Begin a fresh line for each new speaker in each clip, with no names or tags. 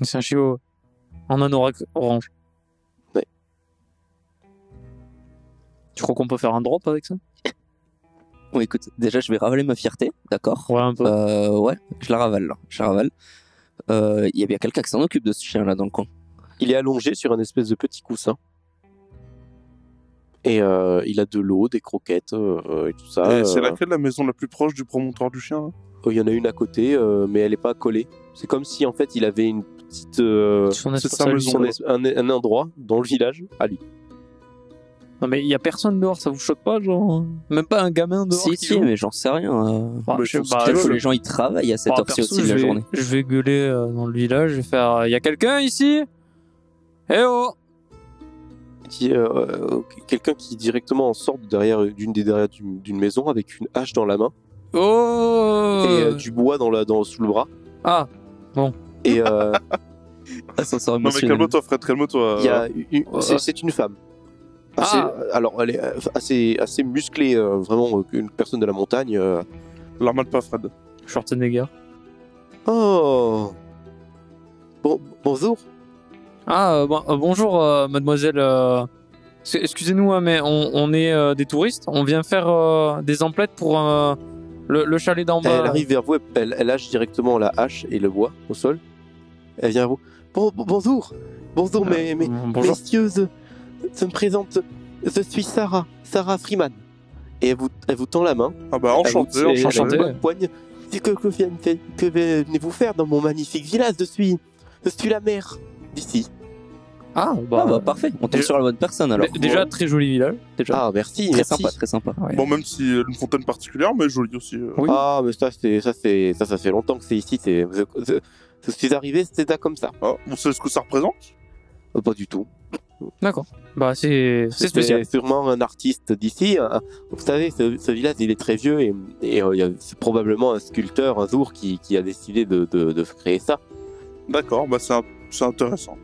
C'est un chiot euh, en anorak orange.
Ouais.
Tu crois qu'on peut faire un drop avec ça
Bon, écoute, déjà, je vais ravaler ma fierté, d'accord
Ouais, un peu.
Euh, ouais, je la ravale, là. Je la ravale. Euh, Il y a bien quelqu'un qui s'en occupe de ce chien-là dans le coin.
Il est allongé sur un espèce de petit coussin. Et euh, il a de l'eau, des croquettes euh, et tout ça.
Eh, C'est
Euh,
laquelle la maison la plus proche du promontoire du chien hein
Il y en a une à côté, euh, mais elle n'est pas collée. C'est comme si en fait il avait une petite. euh,
Son
c'est
espace
sa
à lui.
maison.
son es- un, un endroit dans le village à lui.
Non, mais il y a personne dehors, ça vous choque pas, genre hein Même pas un gamin dehors
Si,
qui
si,
joue
mais j'en sais rien. euh.
Bah,
mais
je-
je pense
bah,
qu'il
Peut-être
ouais,
que
je-
les gens, ils travaillent à cette
bah,
heure-ci
perso,
aussi de
je
la
vais-
journée.
Je vais gueuler euh, dans le village, je vais faire euh, y a quelqu'un ici Eh oh
Il dit, euh, euh, Quelqu'un qui directement sort de derrière euh, d'une des derrière d'une d'une maison avec une hache dans la main
Oh
et euh, du bois dans la, dans, sous le bras.
Ah
Et euh,
Ascenseur
Non, mais
Ah, émotionnel.
calme-toi, Fred, calme-toi.
il y a une- une-
Ouais.
c'est c'est une femme.
Euh. Ah.
Assez- Alors elle est euh, assez, assez musclée, euh, vraiment euh, une personne de la montagne. euh,
L'armade pas, Fred.
Schwarzenegger.
Oh Bon- Bonjour
Ah, euh, bon- euh, bonjour, euh, mademoiselle. euh, c'est- Excusez-nous, hein, mais on, on est euh, des touristes. On vient faire euh, des emplettes pour euh, le, le chalet d'en bas.
Elle arrive vers vous, elle, elle lâche directement la hache et le bois au sol. Elle vient à vous. Bon, bon- bonjour Bonjour,
Euh,
mes, mes-
bonjour.
messieurs, je me présente, je suis Sarah, Sarah Freeman. Et elle vous, elle vous tend la main,
Ah bah,
elle vous
enchanté,
serre la
enchanté.
enchanté.
bonne poigne. Que, que viennent- que venez-vous faire dans mon magnifique village Je suis, je suis la mère d'ici.
Ah, bah,
Ah bah, parfait. On tombe
déjà-
sur la bonne personne, alors.
d- déjà, très joli village. Déjà.
Ah, merci,
Très
merci.
sympa, très sympa.
Bon, même si euh, une fontaine particulière, mais jolie aussi. euh.
Oui.
Ah, mais ça, c'est, ça, c'est, ça, ça fait longtemps que c'est ici. C'est, je, je- je suis arrivé, c'était ça comme ça.
Ah, vous savez ce que ça représente
Euh, Pas du tout.
D'accord. Bah, c'est c'est spécial.
sûrement un artiste d'ici. hein. Vous savez, ce, ce village, il est très vieux et, et, euh, il y a- c'est probablement un sculpteur un jour qui, qui a décidé de, de- de créer ça.
D'accord, bah, c'est un- c'est intéressant.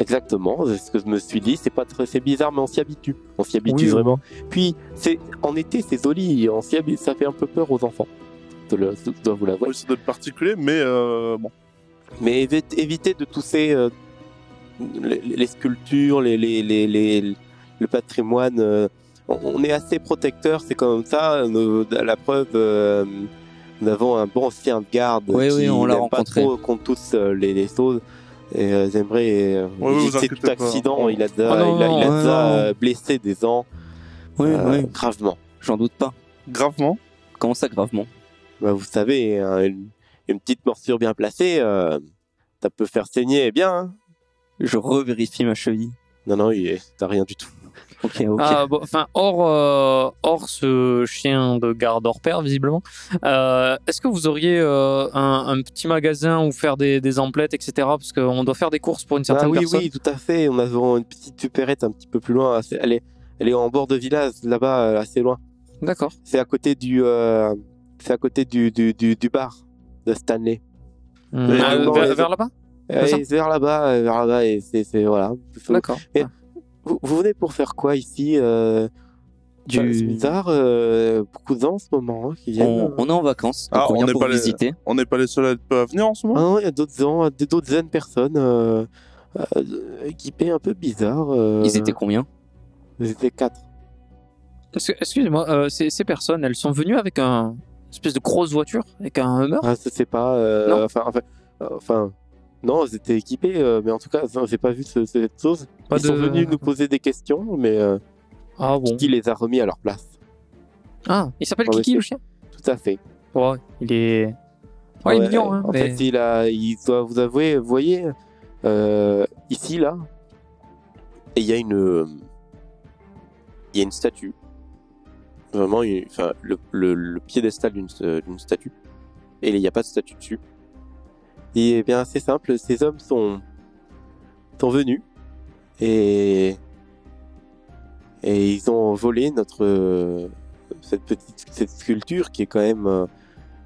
Exactement. C'est Ce que je me suis dit, c'est pas très, c'est bizarre, mais on s'y habitue. On s'y habitue
Oui,
vraiment. Puis, c'est, en été, c'est joli. On s'y habitue. Ça fait un peu peur aux enfants. Je, le- je dois vous l'avouer.
Oui, ça doit être particulier, mais euh, bon.
Mais évite- évitez de tousser euh, les, les sculptures, les, les, les, les- le patrimoine. euh, on, on est assez protecteur, c'est comme ça. nous- à la preuve, euh, nous avons un bon ancien de garde
Oui,
qui
oui, on l'a
n'aime pas
rencontré.
trop qu'on tousse euh, les, les choses. Et euh, j'aimerais euh,
Oui, oui, vous
éviter
inquiétez
tout
pas.
accident. Il a déjà,
Oh non,
il a, il a
Ah non,
déjà,
non.
euh, blessé des gens
Oui,
euh,
oui,
gravement.
j'en doute pas.
Gravement.
Comment ça, gravement
Bah, vous savez, hein, une, une petite morsure bien placée, euh, ça peut faire saigner bien. hein.
Je revérifie ma cheville.
Non, non, il est- t'as rien du tout.
Ok, ok.
Ah, bon, enfin, hors, euh, hors ce chien de garde hors pair, visiblement, euh, est-ce que vous auriez euh, un, un petit magasin où faire des, des emplettes, etc. Parce qu'on doit faire des courses pour une certaine
Ah oui,
personne.
oui, tout à fait. On a vraiment une petite supérette un petit peu plus loin. C'est- Elle est, elle est en bord de village, là-bas, euh, assez loin.
D'accord.
C'est à côté du, euh, c'est à côté du, du, du, du bar de Stanley.
Hum,
Et
euh,
dans
vers-
les-
vers là-bas
Ah,
Euh,
ça.
et c'est vers là-bas, euh, vers là-bas, et c'est, c'est voilà.
D'accord.
Et- Vous, vous venez pour faire quoi ici euh,
Du-
bah, C'est bizarre, euh, beaucoup de gens en ce moment hein, qui viennent.
on, on est en vacances, donc
Ah,
on
on
vient
n'est
pour
pas les-
visiter.
On n'est pas les seuls à être- à venir en
Ah
ce moment
non, il y a d'autres gens, des- d'autres jeunes personnes euh, euh, équipées un peu bizarres. euh,
Ils étaient combien
ils étaient quatre.
Parce que- Excusez-moi, euh, ces, ces personnes, elles sont venues avec un une espèce de grosse voiture, avec un Hummer.
Ah, je sais pas. euh,
Non.
Enfin, enfin, euh, enfin, non, ils étaient équipés, euh, mais en tout cas, non, j'ai pas vu ce- cette chose.
Pas
ils sont
de-
venus nous poser des questions, mais euh,
Ah bon.
qui les a remis à leur place
Ah, il s'appelle
Ah,
Kiki
mais
le chien.
Tout à fait.
Ouais, Oh, il est. Ouais, il est mignon. Hein,
En
mais-
fait, il a, il doit vous avouer, vous voyez, euh, ici là, et il y a une, euh, il y a une statue. Vraiment, une- enfin, le, le, le piédestal d'une euh, d'une statue. Et il n'y a pas de statue dessus. Et eh bien, c'est simple, ces hommes sont, sont venus et, et ils ont volé notre, euh, cette petite cette sculpture qui est quand même euh,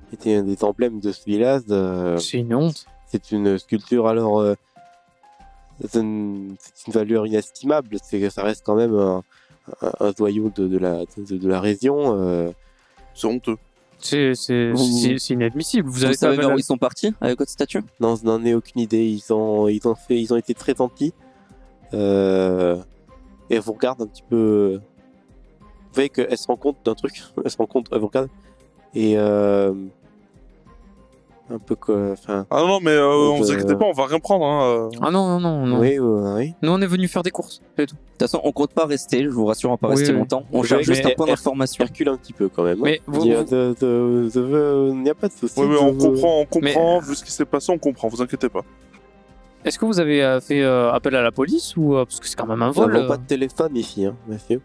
qui était un des emblèmes de ce village. euh,
C'est une honte.
c'est une sculpture, alors euh, c'est une, c'est une valeur inestimable. C'est, ça reste quand même un, un- un joyau de, de la, de, de la région. euh,
C'est honteux.
C'est c'est-
Vous-
c'est- c'est inadmissible. Vous
Vous
avez
savez
pas
vers
mal-
où ils sont partis avec votre statue
Non, je n'en ai aucune idée. Ils ont, ils ont fait, ils ont été très gentils. Euh, et elles vous regardent un petit peu. euh, Vous voyez qu'elles se rendent compte d'un truc. Elles se rendent compte, elles vous regardent. Et euh, un peu quoi. Enfin,
Ah non, mais euh,
Donc,
on vous inquiétez
euh,
pas, on va rien prendre. Hein, euh.
Ah non, non, non. non.
oui, oui, oui.
Nous, on est venus faire des courses. c'est tout.
De toute façon, on compte pas rester, je vous rassure, on va pas
Oui,
rester
oui.
longtemps. On
Oui,
cherche
mais-
juste un point
mais-
d'information.
Hercule un petit peu quand même. hein.
Mais vous,
Il y a de- de- de- il n'y a pas de souci.
Ouais, mais
de-
on comprend, on
Mais-
comprend. Vu ce qui s'est passé, on comprend. Vous inquiétez pas.
est-ce que vous avez euh, fait euh, appel à la police ou euh, parce que c'est quand même un
Nous
vol
n'avons
euh.
pas de téléphone ici, hein, monsieur.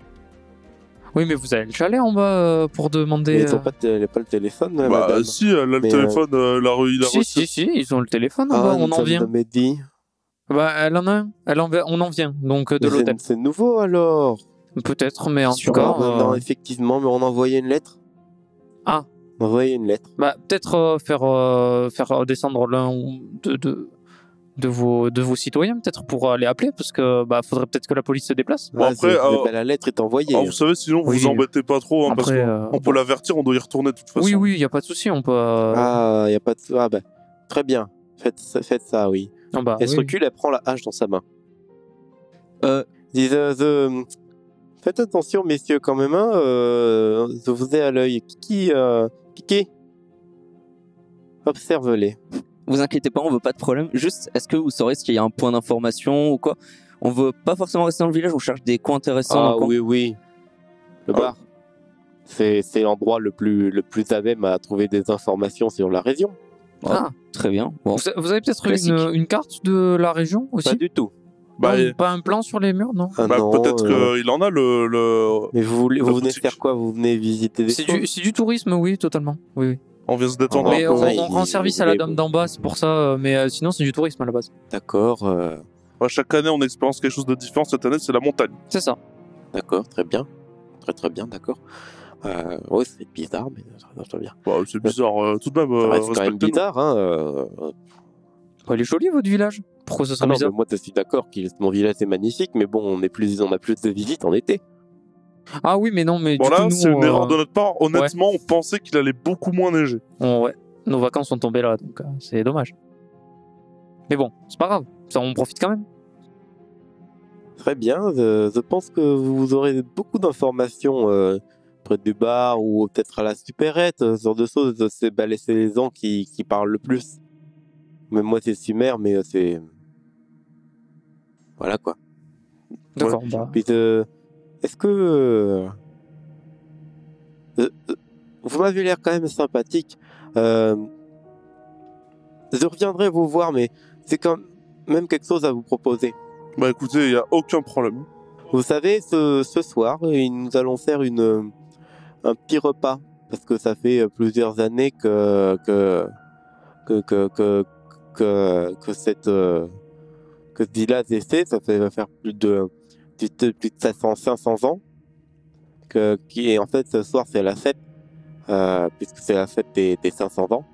Oui, mais vous avez le chalet en bas euh, pour demander.
Ils n'ont
euh,
pas, de télé- pas le téléphone,
Bah
madame.
si, elle a le
Mais,
téléphone, euh, la rue, il a
Si,
reçu.
si, si, ils ont le téléphone en
Ah,
bas, on
nous
en
sommes
vient.
de Mehdi.
Bah, elle en a un. Elle en... va- On en vient, donc euh, de
Mais c'est-
l'hôtel.
C'est nouveau alors.
Peut-être, mais en tout
Sûrement,
cas.
non,
euh,
non, effectivement, mais on envoyait une lettre.
Ah.
On envoyait une lettre.
Bah, peut-être euh, faire, euh, faire descendre l'un ou de, de, de, vos, de vos citoyens, peut-être pour aller appeler, parce que bah, faudrait peut-être que la police se déplace.
Bon,
Ah,
après,
c'est- c'est-
euh,
bah, la lettre est envoyée.
Ah, vous savez, sinon, vous
Oui.
vous embêtez pas trop, hein, parce
Après, euh,
qu'on peut l'avertir, on doit y retourner de toute façon.
oui, oui, il n'y a pas de souci, on peut. euh,
Ah, il a pas de. Ah, bah, très bien. Faites ça, faites ça oui.
non, bah,
elle se
oui.
recule, elle prend la hache dans sa main.
Euh,
Dis, euh, the- Faites attention, messieurs, quand même. Hein, euh, je vous ai à l'œil. Kiki, euh, Kiki Observe-les.
Vous inquiétez pas, on veut pas de problème. Juste, est-ce que vous saurez s'il y a un point d'information ou quoi On veut pas forcément rester dans le village, on cherche des coins intéressants. dans
Ah
le coin.
oui, oui. Le
Ah.
bar. C'est c'est l'endroit le plus, le plus à même à trouver des informations sur la région.
Ah,
Très bien. Bon.
vous, a- vous avez peut-être
Classique.
une, une carte de la région aussi
Pas du tout.
Bah,
Non,
et-
pas un plan sur les murs, non
Ah
bah,
non,
peut-être
euh,
qu'il en a le. le...
Mais vous, voulez-
La
vous venez
boutique.
faire quoi Vous venez visiter des
C'est du,
choses
c'est du tourisme, oui, totalement. Oui, oui.
On vient se détendre.
Ah,
Mais
bon,
on,
ouais,
on
il-
rend service à la
il est
dame
bon.
d'en bas, c'est pour ça, euh, mais euh, sinon c'est du tourisme à la base.
D'accord, euh,
Ouais, chaque année, on expérience quelque chose de différent. Cette année, c'est la montagne.
C'est ça.
d'accord, très bien. Très très bien, d'accord. Euh, ouais, c'est bizarre, mais très, très bien.
Bah, c'est bizarre. euh, tout de même,
Ça
euh,
reste quand même
respectez-nous.
bizarre, hein. euh,
Bah, il est joli votre village. Pourquoi ça
ah
serait
non,
bizarre
mais moi, je suis d'accord que mon village est magnifique, mais bon, on, est plus, on a plus de visites en été.
Ah oui, mais non, mais
Bon,
du coup,
là,
nous,
c'est une
euh,
erreur de notre part. Honnêtement, on pensait qu'il allait beaucoup moins neiger.
on- ouais, nos vacances sont tombées là, donc euh, c'est dommage. Mais bon, c'est pas grave, ça on profite quand même.
Très bien, je, je pense que vous aurez beaucoup d'informations euh, près du bar ou peut-être à la supérette, euh, ce genre de choses. C'est bah, laisser les gens qui, qui parlent le plus. Mais moi, c'est Sumer, mais euh, c'est. Voilà quoi.
D'accord, bah,
Puis, euh, est-ce que. euh, euh, euh, vous m'avez l'air quand même sympathique. Euh, je reviendrai vous voir, mais c'est quand même quelque chose à vous proposer.
Bah, écoutez, il n'y a aucun problème.
Vous savez, ce, ce soir, euh, nous allons faire une, euh, un petit repas. Parce que ça fait euh, plusieurs années que, que, que, que, que, que, que cette, euh, que ce village essaie. Ça fait, va faire plus de, plus de, plus de 500, 500 ans. Que, qui, et en fait, ce soir, c'est la fête. euh, puisque c'est la fête des, des 500 ans.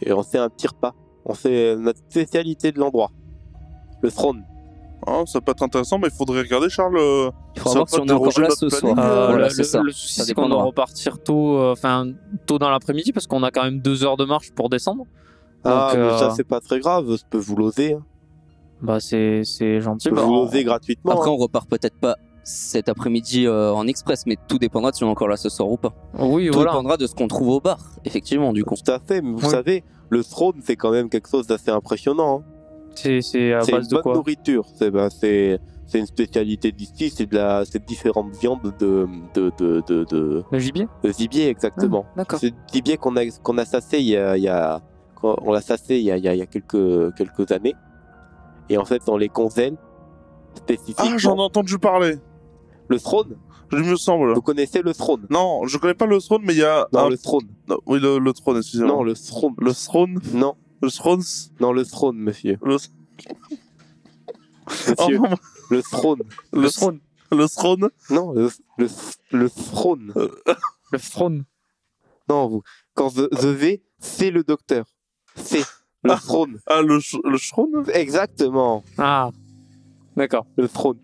Et on fait un petit repas. On fait euh, notre spécialité de l'endroit. Le throne.
Hein, ça peut être intéressant, mais il faudrait regarder, Charles. euh,
Ah,
Il
Ça
faut voir
va
si on est encore
déroger
là
notre
ce soir.
planning,
euh,
Voilà,
le,
c'est ça.
le- le souci
Ça
c'est qu'on doit
dépendra.
repartir tôt, euh, enfin tôt dans l'après-midi parce qu'on a quand même deux heures de marche pour descendre.
Ah,
Donc,
mais
euh,
ça, c'est pas très grave. Je peux vous l'oser. hein.
Bah c'est c'est gentil.
Je peux
bah,
vous
on-
l'oser gratuitement.
Après,
hein.
on repart peut-être pas cet après-midi euh, en express, mais tout dépendra de si on est encore là ce soir ou pas.
Oui,
Tout
voilà.
dépendra de ce qu'on trouve au bar, effectivement, du coup.
Tout à fait. Mais vous
Oui.
savez, le throne, c'est quand même quelque chose d'assez impressionnant. hein.
C'est c'est à
C'est une
base de
bonne
quoi
nourriture. C'est ben, c'est c'est une spécialité d'ici. C'est de la, c'est différentes viandes de de de de, de,
Le gibier
de gibier exactement.
Ah, D'accord.
C'est du gibier qu'on a qu'on a sassé il y a, il y a qu'on- on l'a sassé il y a, il y a- il y a quelques quelques années. Et en fait, on les congèle
Ah, j'en ai
spécifiquement.
entendu parler.
le throne.
Il me semble.
Vous connaissez le throne
Non, je connais pas le throne, mais il y a.
Non,
Ah,
un-
le throne.
Non, oui, le, le trône, excusez-moi.
Non, le throne.
Le throne.
Non,
Le throne.
non, le throne, monsieur.
Le,
Monsieur,
Oh,
le throne.
le,
Le throne.
Le throne.
Non, le, le, le throne.
Le throne.
Non, vous. Quand the, the V, c'est le docteur. C'est le
Ah.
throne.
Ah, le, ch- le throne
Exactement,
Ah. D'accord.
le throne.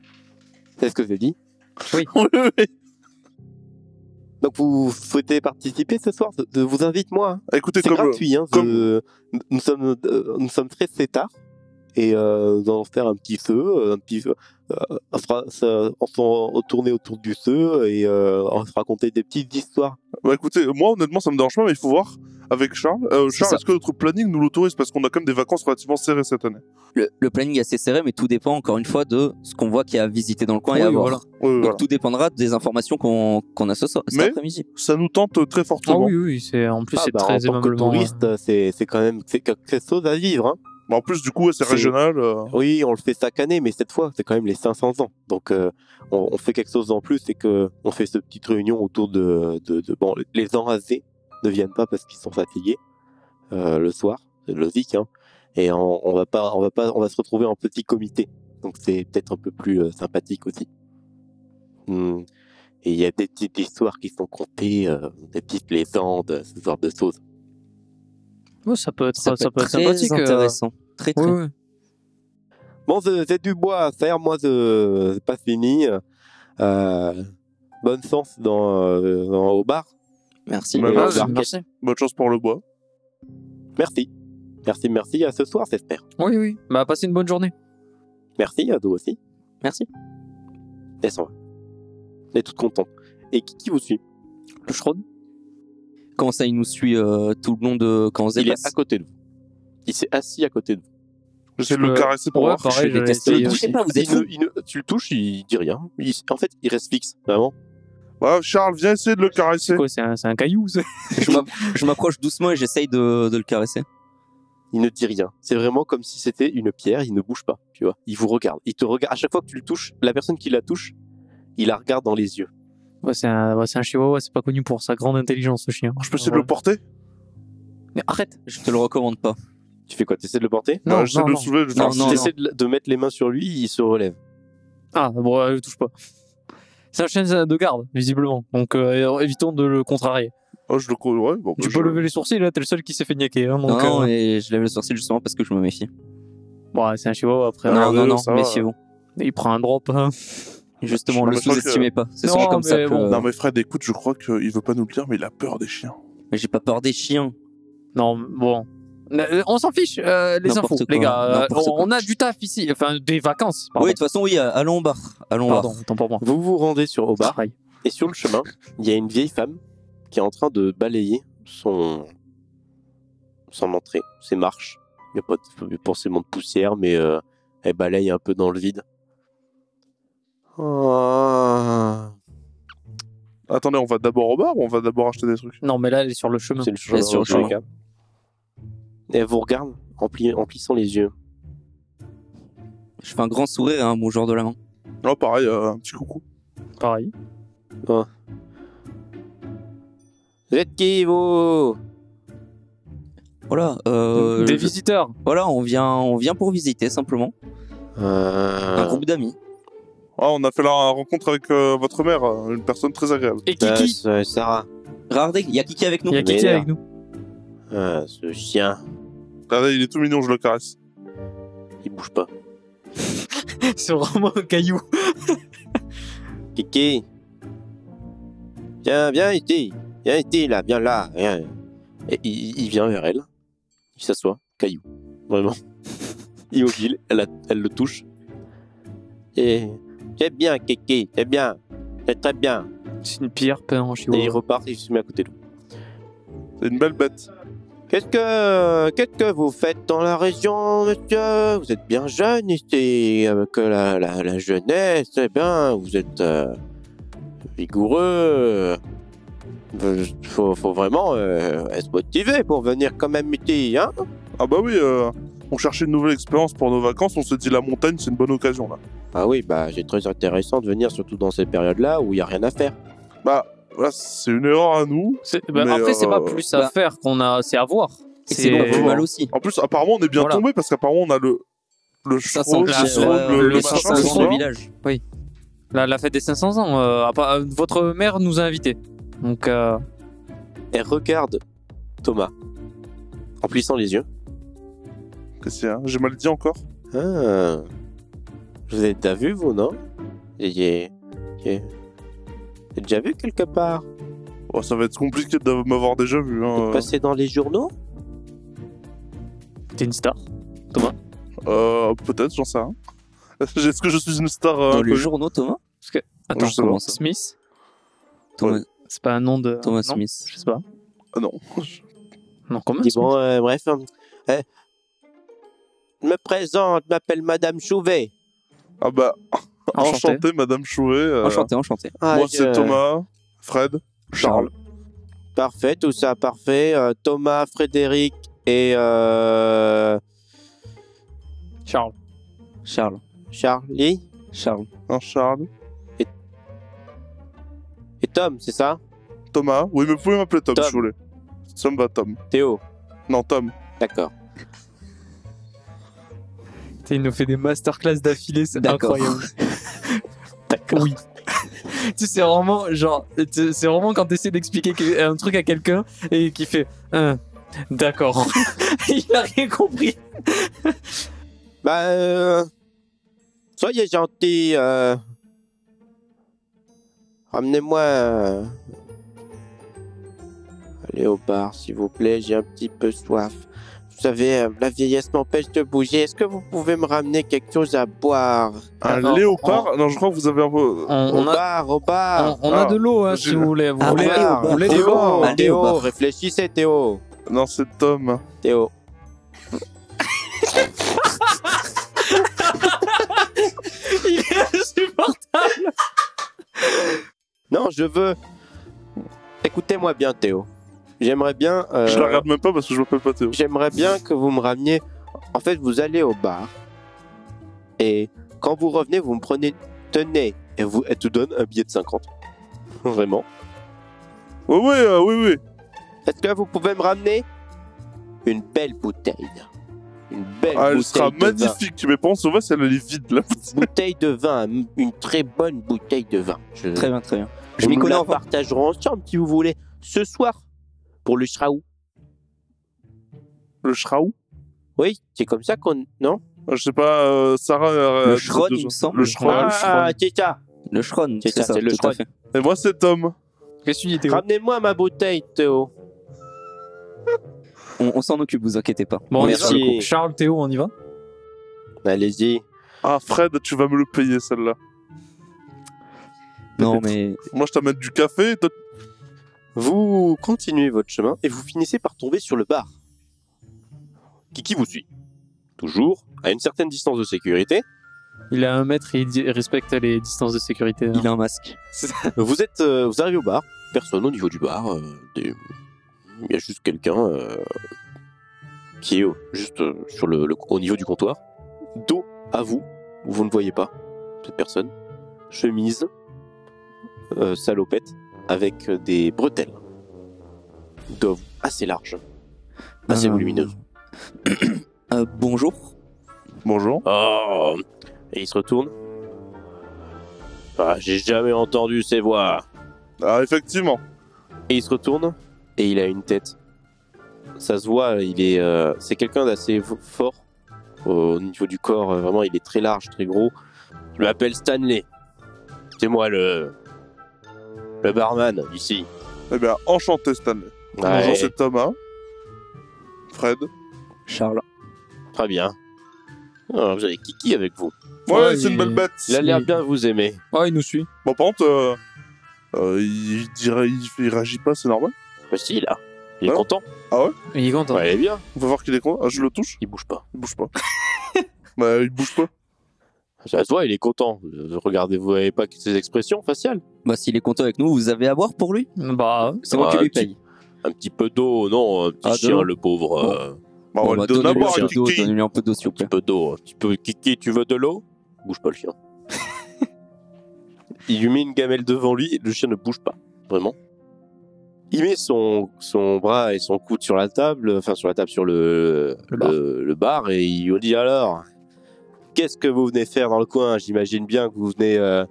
C'est ce que j'ai dit.
Oui, oui, oui.
Donc vous souhaitez participer ce soir Je vous invite moi. hein.
Bah, Écoutez,
C'est
comme,
gratuit. Hein,
comme-
je- Nous sommes euh, nous sommes très sétards et euh, nous allons faire un petit feu, un petit feu. Euh, on sera- ça- on sera retourné autour du feu et euh, on se raconter des petites histoires.
Bah écoutez, moi honnêtement ça me dérange pas, mais il faut voir avec Charles. Euh,
C'est
Charles,
ça.
est-ce que notre planning nous l'autorise Parce qu'on a quand même des vacances relativement serrées cette année.
Le, le planning est assez serré, mais tout dépend encore une fois de ce qu'on voit qu'il y a à visiter dans le coin et
Oui,
à voir.
voilà.
Oui,
Donc
voilà.
tout dépendra des informations qu'on qu'on a ce soir, cet
Mais-
après-midi.
Ça nous tente euh, très
Ah
fortement.
oui, oui, c'est en plus
Ah,
c'est
bah,
très
en tant que
aimablement. euh, hein.
touriste, c'est c'est quand même c'est quelque chose à vivre. hein.
Bah, en plus, du coup, ouais, c'est
C'est-
régional. euh,
Oui, on le fait chaque année, mais cette fois, c'est quand même les 500 ans. Donc, euh, on, on fait quelque chose en plus, c'est que on fait cette petite réunion autour de, de, de- bon, les enrasés ne viennent pas parce qu'ils sont fatigués euh, le soir, c'est logique. Hein, et on, on va pas, on va pas, on va se retrouver en petit comité. Donc, c'est peut-être un peu plus euh, sympathique aussi. Hmm. Et il y a des petites histoires qui sont contées, euh, des petites légendes, ce genre de choses.
Ouais, ça peut être, Ah, ça, peut être
très
sympathique. euh.
intéressant. Très, très.
Oui, oui.
Bon, c'est c'est du bois, ça moi, c'est c'est pas fini. Euh, bonne chance dans, euh, dans- au bar.
Merci.
Bah,
Et
merci.
aux arcades.
Ah, Merci.
Bonne chance pour le bois.
Merci. Merci, merci. À ce soir, j'espère.
Oui, oui. Bah, passez une bonne journée.
Merci, à toi aussi.
Merci.
Elle s'en va. Elle est toute contente. Et qui, qui vous suit
Le Schrod
Comment ça, il nous suit euh, tout le long de quand on se
Il
déplace
est à côté de vous. Il s'est assis à côté de vous.
J'essaie de
Je
le
peux-
caresser pour
Ouais,
voir.
pareil,
je
je vais euh,
déteste
essayer
le
aussi.
toucher. pas, vous êtes
Il ne- il ne- tu le touches, il dit rien. Il- en fait, il reste fixe, vraiment.
Ouais, Bah, Charles, viens essayer de le caresser.
C'est quoi C'est un, c'est un caillou ça
Je m'app- Je m'approche doucement et j'essaye de, de le caresser.
Il ne dit rien. C'est vraiment comme si c'était une pierre, il ne bouge pas, tu vois. Il vous regarde. Il te regarde. À chaque fois que tu le touches, la personne qui la touche, il la regarde dans les yeux.
Ouais, c'est un, ouais, c'est un chihuahua, c'est pas connu pour sa grande intelligence, ce chien.
Je peux essayer de le porter
Mais arrête
Je te le recommande pas.
Tu fais quoi T'essaies de le porter
Non,
Bah, J'essaie
non,
de le
non.
soulever. je-
Non,
enfin,
non,
c'est-
non.
T'essaies de, de mettre les mains sur lui, il se relève.
Ah, bon, euh, touche pas. C'est un chien de garde, visiblement. Donc, euh, évitons de le contrarier.
Oh, je le cou- ouais, bon,
Tu
bah,
peux
je-
lever les sourcils, là, t'es le seul qui s'est fait niaquer. hein,
Non,
donc,
non,
euh,
et je lève le sourcil justement parce que je me méfie.
ouais, c'est un chihuahua, après. euh,
non,
Ah, ouais,
non,
ça
non,
va.
méfiez-vous.
Il prend un drop. hein.
Justement, le
Je crois que-
sous-estimez pas. C'est
Non,
souvent comme ça
mais
que.
bon.
Non, mais Fred, écoute, je crois qu'il veut pas nous le dire, mais il a peur des chiens.
Mais j'ai pas peur des chiens.
Non, bon. Euh, On s'en fiche, euh, les
N'importe
infos,
quoi,
les gars. Euh,
n'importe
on-
quoi.
on a du taf ici, enfin des vacances. Pardon,
Oui, de toute façon, oui, allons au bar. Allons au bar.
pardon autant pour moi.
Vous vous rendez sur au bar,
Pareil.
et sur le chemin, il y a une vieille femme qui est en train de balayer son, son entrée, ses marches. Il n'y a pas de- pas forcément de poussière, mais euh, elle balaye un peu dans le vide. Ah.
Attendez, on va d'abord au bar ou on va d'abord acheter des trucs
Non, mais là, elle est sur le chemin.
C'est le chemin.
Bien sûr,
dans tous les
je
cas. Et elle vous regarde en, pli- en plissant les yeux.
Je fais un grand sourire et un mot genre de la main.
Non, pareil, euh, un petit coucou.
Pareil.
Vous êtes qui, vous
Voilà, euh,
des
je-
visiteurs.
voilà, on vient, on vient pour visiter simplement.
Euh,
Un groupe d'amis.
Ah, on a fait la rencontre avec euh, votre mère, euh, une personne très agréable.
Et
Euh,
Kiki.
c'est Sarah,
Regardez, Bah, il y a Kiki avec nous.
Il y a
mais
Kiki
là.
avec nous.
Ah, ce chien,
Regardez, il est tout mignon, je le caresse.
il bouge pas.
C'est vraiment un caillou.
Kiki Viens, viens ici Viens ici, là, viens là viens. Et il, il vient vers elle. Il s'assoit, caillou. Vraiment. Immobile, elle, la- elle le touche. Et... C'est bien, Kiki, c'est bien. C'est très bien.
C'est une pierre peinte en
Et il
chihuahua.
repart et il se met à côté de vous.
C'est une belle bête.
Qu'est-ce que, qu'est-ce que vous faites dans la région, monsieur Vous êtes bien jeune ici, avec la, la, la jeunesse, eh bien, vous êtes euh, vigoureux. Euh, Faut, faut vraiment euh, être motivé pour venir quand même ici, hein
Ah bah oui, euh, on cherchait une nouvelle expérience pour nos vacances, on s'est dit la montagne, c'est une bonne occasion là.
Ah oui, bah c'est très intéressant de venir, surtout dans ces périodes-là où il n'y a rien à faire.
Là, c'est une erreur à nous.
C'est- bah,
Mais,
après, c'est pas
euh,
plus à
bah-
faire qu'on a, c'est à voir.
Et c'est bon, on fait mal aussi.
En plus, apparemment, on est bien
Voilà.
tombé parce qu'apparemment, on a le. Le
Ça
chevreau,
sent
Oh,
euh,
le
la-
chevreau,
la-
le,
le
le
sens-
machin,
le
le
sens
soir.
du
village.
La, la fête des 500 ans. euh, à part- euh, votre mère nous a invités. Donc, euh,
Elle regarde Thomas en plissant les yeux.
Qu'est-ce qu'il y a hein, J'ai mal dit encore
Ah, je vous ai déjà vu, vous, non J'ai j'ai- j'ai déjà vu quelque part.
Oh, ça va être compliqué de m'avoir déjà vu. hein.
Passer dans les journaux
T'es une star.
Euh, Peut-être, j'en sais rien. Est-ce que je suis une star euh,
Dans les
inconnue
journaux, Thomas
Attends,
sais pas.
comment- Smith
Thomas,
C'est pas un nom de.
Thomas
non,
Smith.
Je sais pas.
Ah non.
Non, comment
Dis
Smith
bon, euh, bref. hein. Eh, Je me présente, je m'appelle Madame Chouvet.
Ah bah, enchanté,
Enchanté.
Madame Chouet. euh,
Enchanté, euh, enchanté.
Ah,
Moi,
je-
c'est Thomas, Fred, Charles.
Parfait, tout ça parfait. Euh, Thomas, Frédéric et euh,
Charles.
Charles.
Charlie
Charles.
Un Hein, Charles.
et Tom, c'est ça
Thomas. Oui, mais vous pouvez m'appeler Tom,
Tom.
si vous voulez. Ça me va, Tom.
Théo.
Non, Tom.
D'accord.
Putain, Il nous fait des masterclass d'affilée, c'est
D'accord.
incroyable.
D'accord.
Oui. tu sais, c'est vraiment genre, tu sais, c'est vraiment quand t'essaies d'expliquer que- un truc à quelqu'un et qui fait, Hein, d'accord, il a rien compris.
Bah, euh, soyez gentil. Euh... Ramenez-moi euh... un léopard, s'il vous plaît. J'ai un petit peu soif. Vous savez, euh, la vieillesse m'empêche de bouger. Est-ce que vous pouvez me ramener quelque chose à boire
Un
Alors,
léopard
Oh.
Non, je crois que vous avez un peu.
On,
Au
on a,
bar, au bar.
on, on a
Ah,
de l'eau, hein, si
je-
vous voulez. Vous
Ah,
voulez,
oui, au
vous voulez
bar.
des
Théo,
bords
Allez, au
Théo,
bar.
réfléchissez, Théo.
Non, c'est
Euh.
Tom.
Théo.
Il est insupportable.
Non, je veux. Écoutez-moi bien, Théo. J'aimerais bien. euh,
Je la regarde même pas parce que je m'appelle pas Théo.
J'aimerais bien que vous me rameniez. En fait, vous allez au bar. Et quand vous revenez, vous me prenez. Tenez. Et vous, elle te donne un billet de 50. Vraiment.
Ouais, ouais, euh, oui, oui.
Est-ce que vous pouvez me ramener Une belle bouteille. Une belle
Ah,
bouteille.
elle sera
de vin.
magnifique. Tu mets pas en sauvage, elle est vide là.
Bouteille de vin. Une très bonne bouteille de vin. Je,
Très bien, très bien. Je
on
m'y
nous
connais
la
en vin.
partagerons ensemble si vous voulez. Ce soir. Pour le Shraou.
Le Shraou
Oui, c'est comme ça qu'on. Non
Je sais pas, euh, Sarah. euh,
Le
a dit
Shron,
deux
il me
ans.
semble.
Le Shron.
Ah, le
ah, c'est ça.
Le Schron,
C'est
c'est
ça,
ça,
c'est le
tout
Schron.
à fait.
Et moi, c'est Tom.
Qu'est-ce que tu dis, Théo
Ramenez-moi ma bouteille, Théo.
On, on s'en occupe, vous inquiétez pas.
Bon, on y va.
Merci.
Charles, Théo, on y va
Allez-y.
Ah, Fred, tu vas me le payer celle-là.
Non, mais
Moi, je t'amène du café et toi,
Vous continuez votre chemin et vous finissez par tomber sur le bar. Kiki vous suit. Toujours à une certaine distance de sécurité.
Il a un mètre et il di- respecte les distances de sécurité. hein.
il a un masque.
vous êtes, euh, vous arrivez au bar. Personne au niveau du bar. euh, des- Il y a juste quelqu'un euh, qui est euh, juste euh, sur le, le- au niveau du comptoir. Dos à vous. Vous ne voyez pas cette personne. Chemise, euh, salopette avec euh, des bretelles. Dos à vous, assez large, assez
Euh,
volumineuse.
euh, bonjour.
bonjour.
Oh Et il se retourne. Ah, j'ai jamais entendu ces voix.
Ah, effectivement.
Et il se retourne et il a une tête. Ça se voit, il est, euh, c'est quelqu'un d'assez v- fort au niveau du corps. euh, vraiment, il est très large, très gros. Je m'appelle Stanley. C'est moi le le barman ici.
Eh bien, enchanté, Stanley. Bonjour,
Ouais,
c'est Thomas. Fred.
Charles.
très bien. Ah, vous avez Kiki avec vous.
Ouais,
Ouais,
c'est
il-
une belle bête.
Il a l'air
Oui.
bien vous aimer.
Ah, il nous suit.
Bon, par contre, euh, euh, il, dirait, il, il réagit pas, c'est normal.
Voici là. Bah, Il est
Ouais.
content.
Il est content.
Ouais, il est bien.
On va voir qu'il est con. Ah, je le touche
Il bouge pas.
Il bouge pas. bah, il bouge pas.
Ça se voit, il est content. Euh, Regardez, vous voyez pas que ses expressions faciales
Bah, s'il est content avec nous, vous avez à boire pour lui
Bah,
C'est moi
Ah,
qui lui
tu-
paye.
Un petit peu d'eau, non Un petit
Ah, de
chien,
l'eau
le pauvre. euh, un
Bah, on
Bon,
va
bah,
lui donner à
donnez-lui
boire
un
à
peu d'eau,
Kiki.
donnez-lui un peu d'eau, s'il vous plaît.
peu d'eau. Un petit peu. Kiki, tu veux de l'eau Bouge pas le chien. il lui met une gamelle devant lui, le chien ne bouge pas. Vraiment. Il met son, son bras et son coude sur la table, enfin sur la table, sur le,
Le bar.
le bar, et il lui dit alors Qu'est-ce que vous venez faire dans le coin J'imagine bien que vous venez. euh,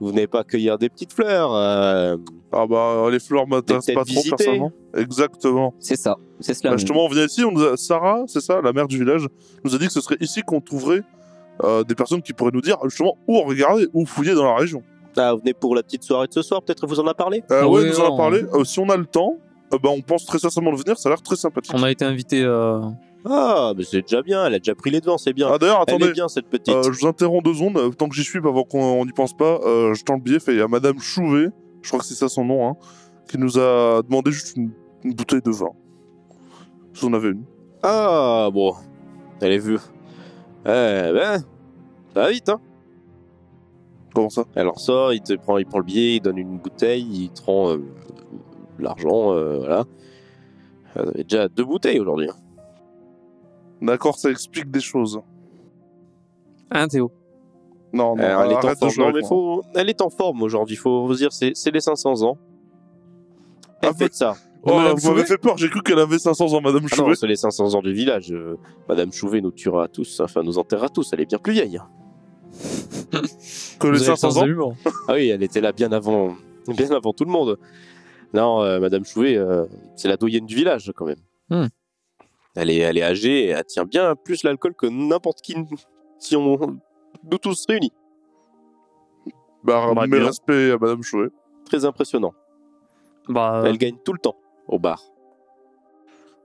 vous venez pas cueillir des petites fleurs. euh,
Ah, bah, les fleurs m'intéressent
Peut-être
pas trop,
visiter.
personnellement. Exactement.
C'est ça, c'est cela.
Bah, justement, on vient ici, on nous a- Sarah, c'est ça, la mère du village, nous a dit que ce serait ici qu'on trouverait euh, des personnes qui pourraient nous dire justement où regarder, où fouiller dans la région.
Ah, vous venez pour la petite soirée de ce soir, peut-être vous en a parlé
Euh,
Oui,
ouais, nous en
non.
a
hein.
parlé. Euh, si on a le temps, euh, bah, on pense très sincèrement de venir. Ça a l'air très sympathique.
On a été invité. euh,
Ah, mais c'est déjà bien, elle a déjà pris Eh, les devants, c'est bien.
Ah, d'ailleurs,
Elle
attendez.
est bien cette petite.
Euh, je vous interromps deux secondes. euh, Tant que j'y suis, avant qu'on n'y pense pas, euh, je tends le billet. fait, Il y a Madame Chouvet, je crois que c'est ça son nom, hein, qui nous a demandé juste une, une bouteille de vin. Si on avait une.
Ah, bon. Elle est vue. Eh ben, ça va vite, hein.
Comment ça
Elle en sort, il, te prend, il prend le billet, il donne une bouteille, il te rend euh, l'argent, euh, voilà. Ah, Vous avez déjà deux bouteilles aujourd'hui.
D'accord, ça explique des choses.
Hein, Théo
Non, non,
Alors, elle, est en
Ah, arrête de
forme.
jouer
Non,
avec
mais
moi.
faut- elle est en forme aujourd'hui, faut vous dire, c'est c'est les 500 ans. Elle
Ah,
fête ça.
Oh,
Madame
vous m'avez
Chouvet
fait peur, j'ai cru qu'elle avait 500 ans, Madame
Ah non,
Chouvet.
c'est les 500 ans du village. euh, Madame Chouvet nous tuera tous, enfin nous enterrera tous, elle est bien plus vieille.
que les
Vous avez le sens
500
de
ans.
l'humour.
Ah oui, elle était là bien avant, bien avant tout le monde. Non, euh, Madame Chouvet, euh, c'est la doyenne du village quand même.
Hmm.
Elle, est, elle est âgée et elle tient bien plus l'alcool que n'importe qui si on nous tous réunis.
Bah,
Bah,
mes
bien.
respects à Madame Chouvet.
Très impressionnant.
Bah, euh,
Elle gagne tout le temps au bar.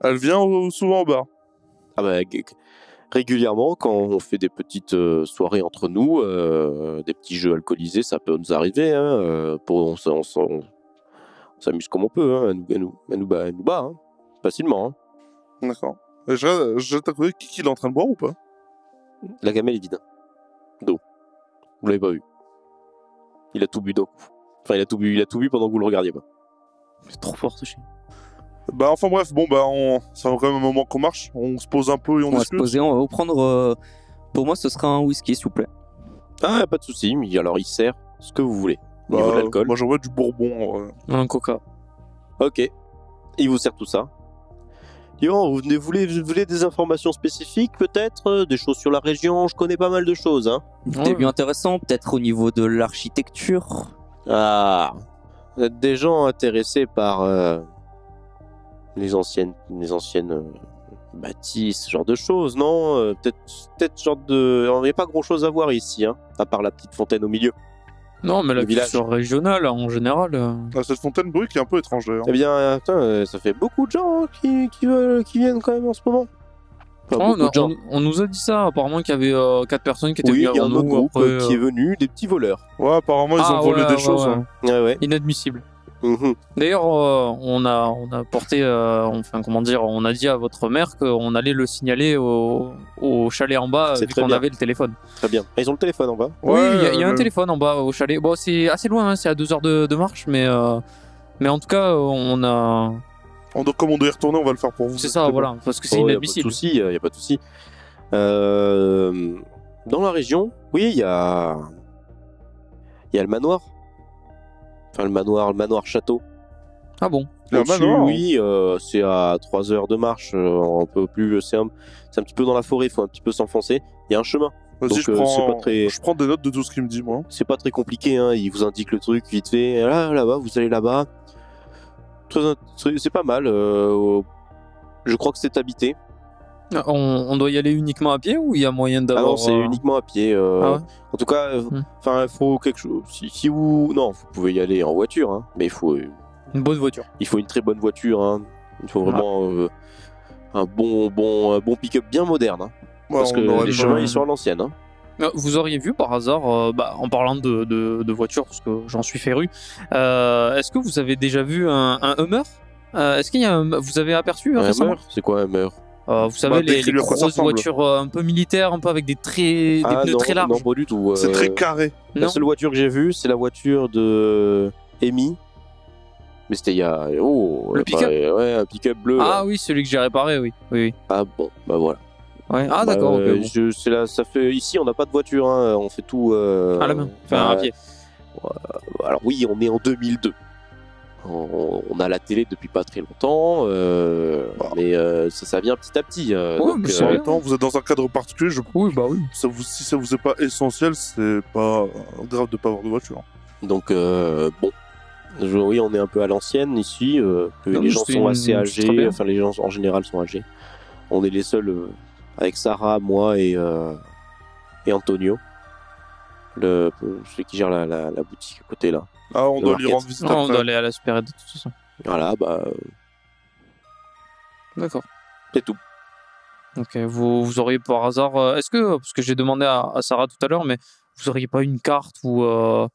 Elle vient au- souvent au bar.
Ah bah, g- g- régulièrement, quand on fait des petites euh, soirées entre nous, euh, des petits jeux alcoolisés, ça peut nous arriver. hein, euh, pour, on, s- on s- on s'amuse comme on peut. hein, elle, nous, elle nous- elle nous bat, elle nous bat, hein, facilement. hein.
D'accord. Et Je je jette à côté qui il est en train de boire ou pas
La gamelle est vide. D'eau. Vous l'avez pas vu. Il a tout bu d'un coup. Enfin, il a tout bu, il a tout bu pendant que vous le regardiez pas.
c'est trop fort ce chien.
Bah, enfin bref, bon, bah, on... ça fait quand même un moment qu'on marche. On se pose un peu et on,
On va se
discute.
poser, on va vous prendre. euh, pour moi, ce sera un whisky, s'il vous plaît.
Ah, pas de souci. Mais alors, il sert ce que vous voulez. Au
Bah,
niveau de l'alcool.
Moi, j'envoie du bourbon. en vrai.
Un coca.
Ok. Il vous sert tout ça. Yo, vous venez- vous voulez, vous voulez des informations spécifiques peut-être euh, Des choses sur la région Je connais pas mal de choses. Hein.
Des
Ouais.
lieux intéressants, peut-être au niveau de l'architecture.
Ah Vous êtes des gens intéressés par euh, les anciennes, les anciennes euh, bâtisses, ce genre de choses, non Euh, Peut-être peut genre de... Il n'y a pas grand-chose à voir ici, hein, à part la petite fontaine au milieu.
Non, mais la
Le village.
culture régionale en général. euh,
Ah, cette fontaine bruit qui est un peu étrange d'ailleurs.
Eh bien, euh, putain, euh, ça fait beaucoup de gens hein, qui, qui, veulent- qui viennent quand même en ce moment. Enfin,
on,
beaucoup
a-
de gens.
on- on nous a dit ça, apparemment qu'il y avait euh, quatre personnes qui étaient
Oui,
venues
il y a
avant
un autre
nous.
groupe
Après,
euh, qui est
euh,
venu, des petits voleurs.
Ouais, apparemment, ils
ah,
ont volé
ouais,
des
ouais,
choses.
ouais.
hein.
Ouais, Ah ouais.
Inadmissible.
Mhm.
D'ailleurs, euh, on, a, on a porté, euh, enfin comment dire, on a dit à votre mère qu'on allait le signaler au, au chalet en bas,
C'est
vu
très
qu'on
bien.
avait le téléphone.
Très bien. Ah, Ils ont le téléphone en bas.
oui,
Ouais,
il y a, il y a un
euh,
téléphone en bas au chalet. Bon, c'est assez loin, hein, c'est à deux heures de, de marche, mais, euh, mais en tout cas, on a.
on doit- comme on doit y retourner, on va le faire pour vous.
C'est ça, voilà, parce que c'est
Oh, y a pas de
inadmissible.
souci, il n'y a pas de souci. Euh, dans la région, oui, il y a... Il y a le manoir. Enfin, le manoir, le manoir château.
Ah bon
Il y a un
Au-dessus,
manoir.
Oui, euh, c'est à 3 heures de marche. euh, un peu plus... C'est un, c'est un petit peu dans la forêt, il faut un petit peu s'enfoncer. Il y a un chemin.
Vas-y,
Donc,
je,
euh,
prends...
c'est pas très-
je prends des notes de tout ce qu'il me dit, moi.
C'est pas très compliqué, hein. il vous indique le truc vite fait. Là, là-bas, vous allez là-bas. Très int- C'est c'est pas mal. euh, Je crois que c'est habité.
on, on doit y aller uniquement à pied ou il y a moyen
Ah
d'avoir.
non, c'est
euh,
uniquement à pied. euh,
Ah ouais
En tout cas,
Hmm.
enfin, il faut quelque chose. Si, si vous, non, vous pouvez y aller en voiture, hein, mais il faut, euh,
Une bonne voiture.
il faut une très bonne voiture. hein. Il faut vraiment euh, un bon, bon, un bon pick-up bien moderne, hein,
Ouais,
parce
on
que
aurait
les
pas-
chemins ils sont à l'ancienne. hein.
Euh, Vous auriez vu par hasard, euh, bah, en parlant de, de, de voiture, parce que j'en suis féru, euh, est-ce que vous avez déjà vu un, un Hummer Euh, Est-ce qu'il y a un- vous avez aperçu euh,
Un
récemment
Hummer, c'est quoi un Hummer
Euh, Vous savez
Bah,
les, les
décris-lui à quoi ça
grosses
ressemble.
voitures euh, un peu militaires, un peu avec des traits, des
Ah
pneus
non,
très
non,
larges.
pas du tout.
C'est
euh,
très carré.
La
Non.
seule voiture que j'ai vue, c'est la voiture de Amy. Mais c'était il y a. Oh,
Le
bah,
pick-up
Ouais, un pick-up bleu. là.
Ah oui, celui que j'ai réparé, oui. oui, oui.
Ah bon, bah voilà.
Ouais. Ah
Bah,
d'accord. ok,
euh,
bon.
je- c'est là, ça fait ici, on n'a pas de voiture, hein, on fait tout euh,
À Ah, la main, enfin à
euh,
pied.
Alors oui, on est en 2002. On, on a la télé depuis pas très longtemps, euh,
Bon.
mais euh, ça, ça vient petit à petit. euh,
Ouais,
donc,
mais
euh,
c'est
En
bien.
même temps, vous êtes dans un cadre particulier. Je...
Oui, bah oui.
ça vous... Si ça vous est pas essentiel, c'est pas euh, grave de pas avoir de voiture.
donc, euh, bon, Je- oui, on est un peu à l'ancienne ici. euh, que
Non,
les
mais
gens
c'est
sont
une-
assez
c'est très
âgés,
bien.
enfin les gens en général sont âgés. On est les seuls euh, avec Sarah, moi et euh, et Antonio. le, celui qui gère la, la, la boutique à côté là.
Ah, on
Le
doit lui
market.
rendre visite
Non, on
après.
doit aller à la supérette de toute façon.
Voilà, bah euh,
D'accord.
c'est tout.
Ok, vous, vous auriez par hasard. euh, Est-ce que, parce que j'ai demandé à, à Sarah tout à l'heure, mais vous auriez pas une carte ou. euh,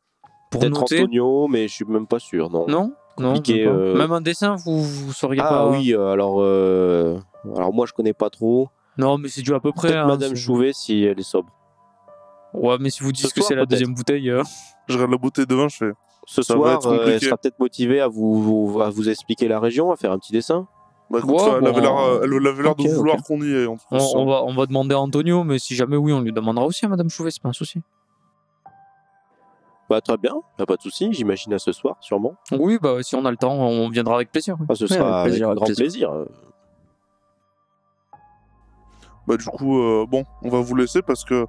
pour
Peut-être
noter
Antonio, mais je suis même pas sûr, non.
Non Non.
Compliqué,
même, pas.
euh.
Même un dessin, vous, vous sauriez
ah
pas. hein.
oui, euh, alors euh, alors moi je connais pas trop.
Non, mais c'est dû à peu près.
Peut-être
hein,
Madame
c'est-
Chouvet si elle est sobre.
Ouais, mais si vous dites
Ce
que
soir,
c'est la
peut-être.
deuxième bouteille. euh,
Je regarde la bouteille de vin, je fais.
Ce
Ça va
soir,
être
euh, elle
compliqué.
sera peut-être motivée à vous, vous- à vous expliquer la région, à faire un petit dessin.
Bah, écoute,
Ouais,
ça, elle
bon,
avait l'air, euh, elle avait l'air
Oh, ok,
de
ok.
vouloir qu'on y aille. En tout cas,
on,
ça.
on va, on va demander à Antonio, mais si jamais oui, on lui demandera aussi à Madame Chouvet, c'est pas un souci.
Bah très bien, y a pas de souci. J'imagine à ce soir, sûrement.
Oui, bah si on a le temps, on viendra avec plaisir. oui.
Ah, ce
Ouais,
sera
avec plaisir,
avec
avec
grand
plaisir.
plaisir. euh,
Bah, du coup, euh, bon, on va vous laisser parce que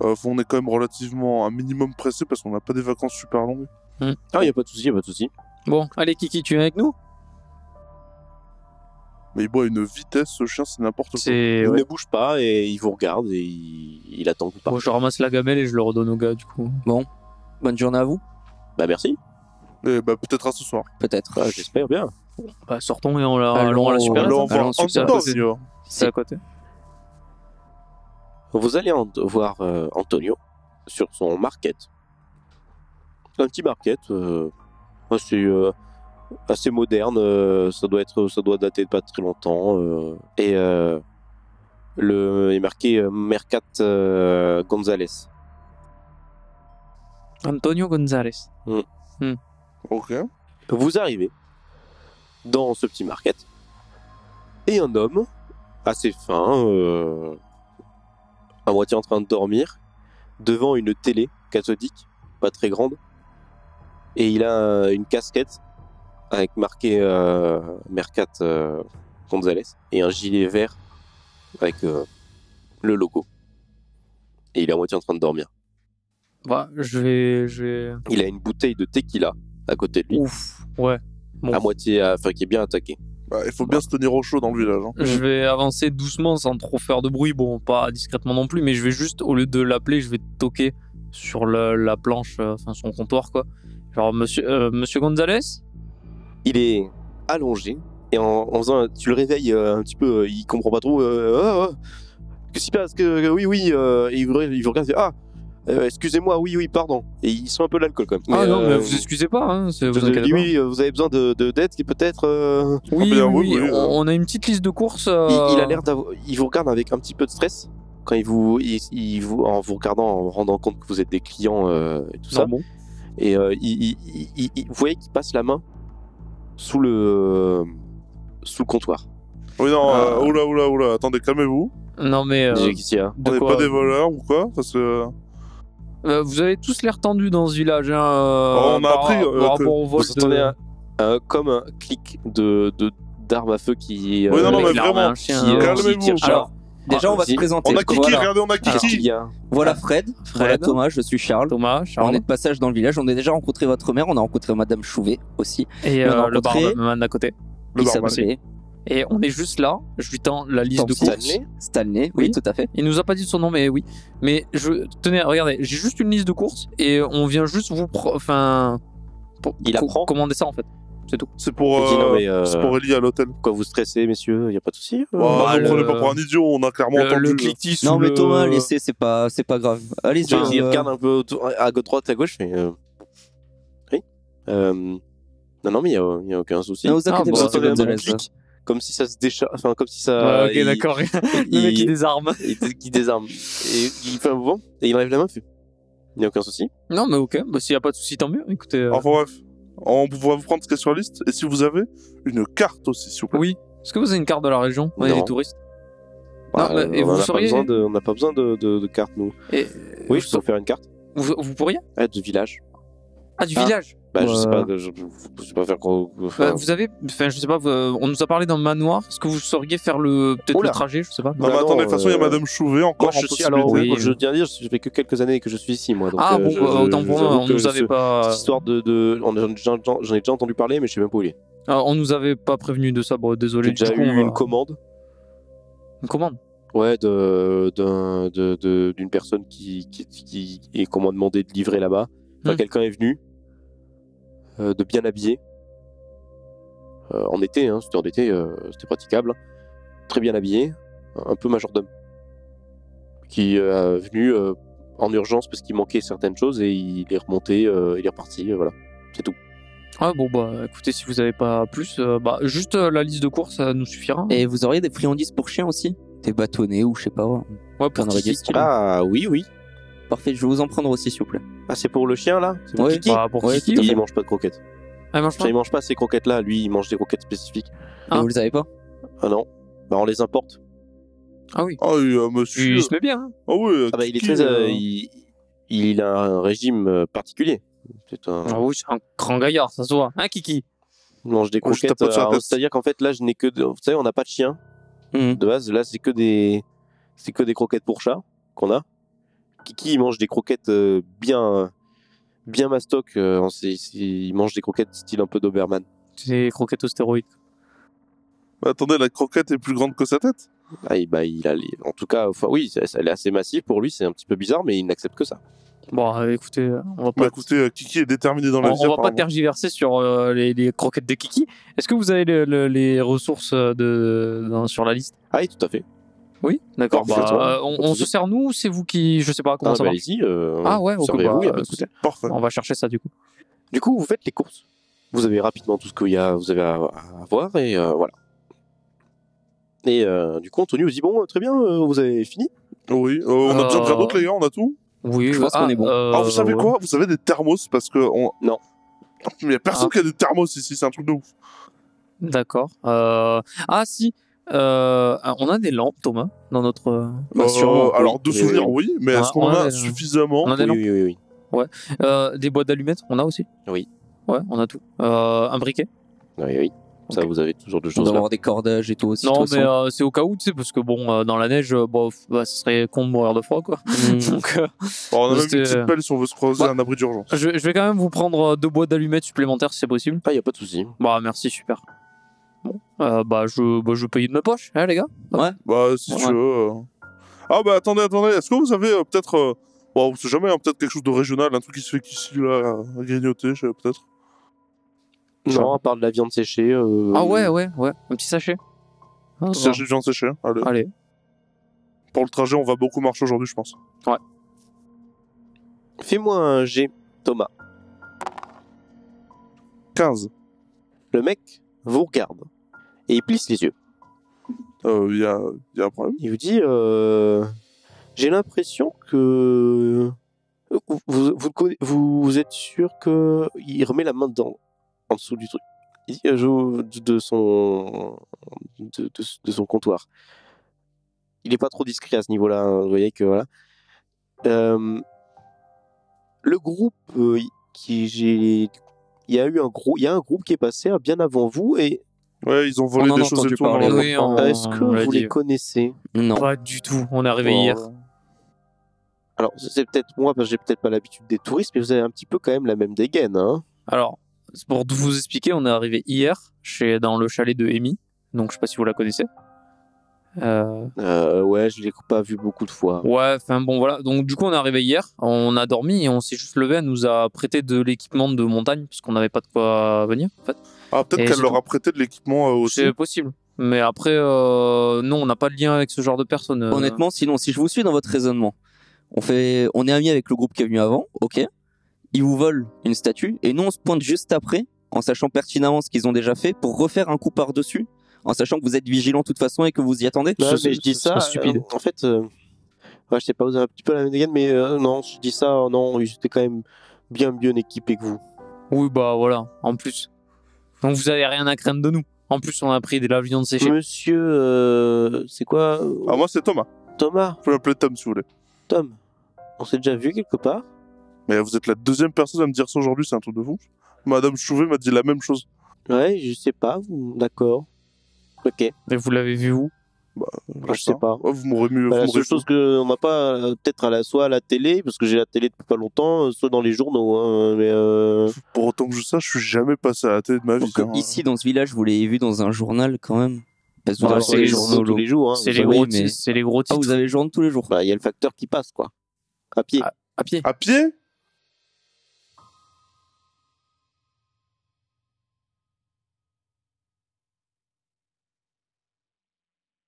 euh, on est quand même relativement un minimum pressé parce qu'on n'a pas des vacances super longues.
Ah, y a pas de souci, y a pas de souci.
Bon, allez Kiki, tu viens avec nous
Mais il boit à une vitesse, ce chien, c'est n'importe quoi.
C'est.
il
ouais.
ne bouge pas et il vous regarde et il, il attend que vous
Bon,
partiez.
je ramasse la gamelle et je le redonne au gars du coup.
Bonne journée à vous,
Bah merci.
Et bah, peut-être à ce soir.
peut-être.
Ah, J'espère bien.
Bah sortons et on la, allons
Allons
à la
au-
supérette.
Alors, on
allons
hein.
va
allons, super,
Antonio.
c'est- C'est à côté.
Vous allez en- voir euh, Antonio sur son market. Un petit market euh, assez, euh, assez moderne. euh, ça doit être, ça doit dater de pas très longtemps. euh, et euh, le il est marqué euh, Mercat euh, Gonzalez.
Antonio González.
Ok.
Vous arrivez dans ce petit market et un homme assez fin, euh, à moitié en train de dormir, devant une télé cathodique, pas très grande, et il a euh, une casquette avec marqué euh, Mercat euh, Gonzalez et un gilet vert avec euh, le logo. Et il est à moitié en train de dormir.
Bah, je vais, je vais.
Il a une bouteille de tequila à côté de lui,
Ouf. Ouais. Bon.
à moitié, à- enfin qui est bien attaquée.
Bah, il faut bien se tenir au chaud dans le village. hein.
Je vais avancer doucement sans trop faire de bruit, bon, pas discrètement non plus, mais je vais juste, au lieu de l'appeler, je vais toquer sur la, la planche, euh, enfin son comptoir, quoi. Genre, monsieur, euh, monsieur Gonzalez
il est allongé et en, en faisant un- tu le réveilles euh, un petit peu euh, il comprend pas trop euh, Ah, ah, qu'est-ce qui se passe que, que- oui oui euh, et il, vous- il vous regarde et, ah euh, excusez-moi oui oui pardon et il sent un peu l'alcool quand même
Ah non, mais
euh,
vous excusez pas, hein, c'est-
je
vous
vous ai
inquiétez
dit,
pas.
oui, euh, vous avez besoin de, de d'aide qui peut-être euh,
Oui,
Ah, ben,
oui,
oui, oui,
on-
euh.
on a une petite liste de courses.
il, il a
euh,
l'air d'avoir il vous regarde avec un petit peu de stress quand il vous il, il vous en vous regardant en rendant compte que vous êtes des clients euh, et tout ça
normaux.
et euh, il, il- il- il- il- vous voyez qu'il passe la main sous le euh, sous le comptoir
Oui, non,
Ah.
euh, oula, oula, oula, attendez, calmez-vous.
Non, mais. euh,
Déjà qu'ici, hein.
de
On n'est
quoi-
pas des voleurs ou quoi Parce que.
Euh, vous avez tous l'air tendus dans ce village. Hein, euh,
Oh, on a
par-
appris,
par
euh,
rapport
que-
au vol
Vous entendez
de-
un- un- Euh, comme un clic de de- d'arme à feu qui. euh,
Oui, non, non,
avec
mais
l'arme à
vraiment,
un chien,
qui-
euh, hein.
calme- calmez-vous.
qui- qui-
Alors, déjà,
Ah,
on va
si.
se présenter.
On a Kiki,
voilà.
regardez, on a
Qu'est-ce qu'il
Kiki.
y a
Voilà Fred, voilà
Fred,
Thomas, je suis Charles.
Thomas,
On
Charles,
est de passage dans le village, on a déjà rencontré votre mère, on a rencontré Madame Chouvet aussi,
et
on a
euh, le
rencontré-
barman d'à côté.
Le
Issa
barman.
Blé,
Et on est juste là, je lui tends la liste de
Thompson,
courses.
Stanley
Stanley,
Oui.
oui, tout à fait.
Il nous a pas dit son nom, mais oui. Mais je tenez, regardez, j'ai juste une liste de courses et on vient juste vous, pro- enfin, pour-
Il
co-
apprend.
commander ça en fait.
C'est pour,
Il dit, non,
euh,
mais, euh,
c'est pour Ellie à l'hôtel.
Pourquoi vous stressez, messieurs Il a pas de souci euh
Oh,
bah,
vous
le-
prenez pas pour un idiot, on a clairement
Le,
entendu. euh.
le cliquetis sous
Non mais
le-
Thomas, laissez, c'est pas, c'est pas grave. Allez,
Tu vois,
viens,
Il
euh,
regarde un peu autour- à gauche, droite, à gauche. mais, euh, Oui. Euh, Non, non, mais il y a- il y a, aucun souci.
Non, vous inquiétez
Ah,
pas,
bon,
vous
monsieur
entendez un
Gonzalez.
clic, comme si ça se décharge. Enfin, comme si ça.
Ouais, ok,
euh, il-
d'accord. Le mec
il-
il désarme.
il- il désarme. Et il fait un mouvement et il enlève la main. il fait, Il n'y a aucun souci.
Non mais ok, bah, s'il y a pas de souci tant mieux. Écoutez, euh,
Enfin bref, on va vous prendre ce qu'il y a sur la liste. Et si vous avez une carte aussi, s'il vous plaît.
oui. Est-ce que vous avez une carte de la région On est des
Non.
touristes.
Bah,
mais- et
on
vous
n'a pas
sauriez-
besoin de- on n'a pas besoin de, de, de carte, nous.
Et euh,
Oui,
vous-
je peux faire une carte.
vous, vous pourriez
Ah, de village.
Ah du
Ah.
village.
Bah, je
Ouais.
sais pas, je, je- je sais pas faire quoi.
Euh, vous avez, enfin je sais pas, vous- euh, on nous a parlé d'un manoir. Est-ce que vous sauriez faire le peut-être
Oula.
le trajet Je sais pas.
Non,
Bah
Ah, mais attendez, de toute
non,
façon, il y a
euh,
Madame Chouvet
Moi,
encore en
je suis
possibilité.
alors,
possibilité.
oui, je tiens à dire, ça fait que quelques années que je suis ici, moi. Donc,
ah
euh,
bon,
je-
bah,
je-
autant pour moi,
je- j'avoue
on
que
nous
ce-
avait pas, euh.
Cette histoire de. de on- J'en j'en- j'en- j'en ai déjà entendu parler, mais je sais même pas où il est.
Ah, on nous avait pas prévenu de ça. Bon, désolé.
J'ai
du
déjà
coup,
eu
on va-
une commande.
une commande.
Ouais, de- d'un- de- de- d'une personne qui, qui, qui, et qu'on m'a demandé de livrer là-bas. Enfin,
Hmm.
Quelqu'un est venu, euh, de bien habillé. Euh, en été, hein, c'était en été, euh, c'était praticable. Très bien habillé, un peu majordome. Qui euh, est venu euh, en urgence parce qu'il manquait certaines choses et il est remonté, euh, il est reparti, euh, voilà.
Ah bon bah écoutez si vous n'avez pas plus, euh, bah juste euh, la liste de courses ça nous suffira. hein.
Et vous auriez des friandises pour chiens aussi Des bâtonnets ou je sais pas. ouais.
ouais, pour
on aurait
Titi.
dit style.
Ah oui, oui.
Parfait, je vais vous en prendre aussi s'il vous plaît.
Ah, c'est pour le chien là C'est pour
Ouais.
Kiki
Bah, pour
Ouais,
Titi,
tout à
oui.
fait.
Il mange pas de croquettes.
Ah, elle mange pas
Il mange pas ces croquettes là, lui il mange des croquettes spécifiques.
Ah.
Et vous les avez pas
Ah non, bah on les importe.
Ah oui.
Ah, il y a
Il
monsieur.
se met bien. hein.
Ah oui,
Ah bah, il, est
Kiki,
très, euh,
euh,
il, il a un régime euh, particulier. C'est un...
Ah oui, c'est un grand gaillard, ça se voit. Hein, Kiki
Il mange des
Oh, je
croquettes.
tape pas sur la
euh,
tête.
C'est-à-dire qu'en fait, là, je n'ai que. de- Vous savez, on n'a pas de chien
Mhm.
de base. Là, c'est que des, c'est que des croquettes pour chat qu'on a. Kiki, il mange des croquettes euh, bien, bien mastoc. euh, on sait- c'est- il mange des croquettes style un peu Doberman.
C'est croquettes aux stéroïdes.
mais bah, attendez, la croquette est plus grande que sa tête.
Ah, et bah, il a les- En tout cas, enfin, oui, ça- ça- elle est assez massive pour lui. C'est un petit peu bizarre, mais il n'accepte que ça.
Bon, euh, écoutez, euh, on va
Bah
pas,
écoutez, euh, Kiki est déterminé dans la
on,
vie.
on va pas
apparemment.
tergiverser sur euh, les, les croquettes de Kiki. Est-ce que vous avez le- le- les ressources euh, de, dans- sur la liste
Ah, oui, tout à fait.
Oui, d'accord.
Parfait,
bah,
ça va.
euh, on,
Pas de
on
souci.
se sert nous, c'est vous qui, je sais pas comment
Ah,
ça
bah,
marche.
allez-y, euh,
Ah ouais, ok,
servez-vous,
bah,
il y a pas
euh,
de souci.
Parfait.
On va chercher ça du coup.
Du coup, vous faites les courses. Vous avez rapidement tout ce qu'il y a, vous avez à, à voir et euh, voilà. Et euh, du coup, Anthony vous dit bon, euh, très bien, euh, vous avez fini.
Oui, euh, on a besoin
Euh,
de rien d'autre, les gars, on a tout.
Oui,
Je pense qu'on est bon.
euh,
Alors, Ah, vous savez
ouais.
quoi Vous avez des thermos parce que. On...
Non.
Il y a personne
Ah.
qui a des thermos ici, c'est un truc de ouf.
D'accord. Euh, Ah si, Euh, on a des lampes, Thomas, dans notre. euh,
Bah,
Euh,
sûrement,
alors, de
oui. Ah,
souvenirs, oui, mais
On
est-ce
a-
qu'on
on
en
a
a
des-
suffisamment
on a des lampes.
Oh, oui, oui, oui.
Euh, des boîtes d'allumettes, on a aussi
Oui.
Ouais, on a tout. Euh, un briquet
Oui, oui. Ça,
Ok.
vous avez toujours de
On
choses
doit
là.
avoir des cordages et tout aussi. de
Non,
toute
mais euh, c'est au cas où, tu sais, parce que bon, euh, dans la neige, euh, bon, f- bah, ce serait con de mourir de froid, quoi.
façon. Mhm.
Donc, euh,
Alors, On a même
C'était-
une petite pelle si on veut se croiser
Ouais.
un abri d'urgence.
je, je vais quand même vous prendre euh, deux boîtes d'allumettes supplémentaires si c'est possible.
Ah, il n'y a pas de souci.
Bah, merci, super. Bon, euh, bah, je, bah, je paye de ma poche, hein, les gars.
Bah, si tu
Ouais.
veux. euh. Ah, bah, attendez, attendez. Est-ce que vous avez euh, peut-être. euh, Bon, on sait jamais, hein, peut-être quelque chose de régional, un truc qui se fait ici, là, à grignoter, je sais, peut-être.
Non, à part de la viande séchée. euh,
Ah, ouais, ouais, ouais, un petit sachet. Ah,
Petit sachet de viande séchée. Allez.
Allez.
Pour le trajet, on va beaucoup marcher aujourd'hui, je pense.
Fais-moi un G, Thomas.
15.
Le mec vous regarde et il plisse les yeux.
Euh, Il y, a, il y a un problème.
Il vous dit euh, J'ai l'impression que. euh, Vous, vous, vous conna- vous- vous êtes sûr que il remet la main dedans, en dessous du truc, Il dit, euh, je- de, de son, de, de- de son comptoir. Il n'est pas trop discret à ce niveau-là. hein, vous voyez que voilà. Euh, le groupe euh, qui j'ai, il y a eu un gros, il y a un groupe qui est passé à bien avant vous. Et
Ouais, ils ont volé
On en
des
a
choses et
entendu
tout. on en
parler,
a
oui.
entendu parler.
on-
est-ce que
on l'a
vous
dit.
les connaissez
Hmm, Non.
Pas du tout, on est arrivé hier.
euh, Alors, c'est peut-être moi, parce que j'ai peut-être pas l'habitude des touristes, mais vous avez un petit peu quand même la même dégaine. Hein
Alors, c'est pour vous expliquer, on est arrivé hier chez, dans le chalet de Amy. Donc, je sais pas si vous la connaissez. Euh,
Euh, ouais, je l'ai pas vu beaucoup de fois.
Ouais, enfin bon voilà. Donc du coup on est arrivé hier, on a dormi et on s'est juste levé. Elle nous a prêté de l'équipement de montagne parce qu'on n'avait pas de quoi venir. En fait,
Ah, peut-être
Et
qu'elle
c'est
leur a prêté de l'équipement euh, aussi.
c'est possible. Mais après, euh, non, on n'a pas de lien avec ce genre de personne. euh.
Honnêtement, sinon, si je vous suis dans votre raisonnement, on, fait, on est amis avec le groupe qui est venu avant, ok. Ils vous volent une statue, et nous, on se pointe juste après, en sachant pertinemment ce qu'ils ont déjà fait, pour refaire un coup par-dessus, en sachant que vous êtes vigilant de toute façon et que vous y attendez.
Non,
Ce-
Bah, mais je dis
ce
ça.
serait stupide.
euh, en fait, euh, ouais, je sais pas, vous avez un petit peu la même dégaine, mais euh, non, je dis ça, euh, non, ils étaient quand même bien bien équipés que vous.
Oui, bah voilà, en plus. Donc vous avez rien à craindre de nous. En plus, on a pris de la viande séchée.
Monsieur, euh, c'est quoi euh,
Ah, moi, c'est Thomas.
Thomas
Vous pouvez m'appeler Tom si vous voulez.
Tom On s'est déjà vu quelque part
Mais vous êtes la deuxième personne à me dire ça aujourd'hui, c'est un truc de fou. Madame Chouvet m'a dit la même chose.
Ouais, je sais pas, vous- d'accord. Ok,
Et vous l'avez vu où
Bah, je sais pas.
Ouais, vous m'aurez mieux.
Bah,
vous
la
m'aurez
seule chose qu'on n'a pas, euh, peut-être à la, soit à la télé, parce que j'ai la télé depuis pas longtemps, euh, soit dans les journaux. hein, mais euh,
Pour autant que je sache, je suis jamais passé à la télé de ma vie.
Donc, euh,
hein.
ici, dans ce village, vous l'avez vu dans un journal quand même. Parce que Bah, vous avez c'est
Ah, c'est
les
les
journaux
journaux tous les jours. hein. Bah,
C'est
Vous
les,
oui,
gros
mais-
titres- c'est les gros
Ah,
titres
vous avez le journal tous les jours.
Bah, il y a le facteur qui passe, quoi. À pied.
à pied.
À pied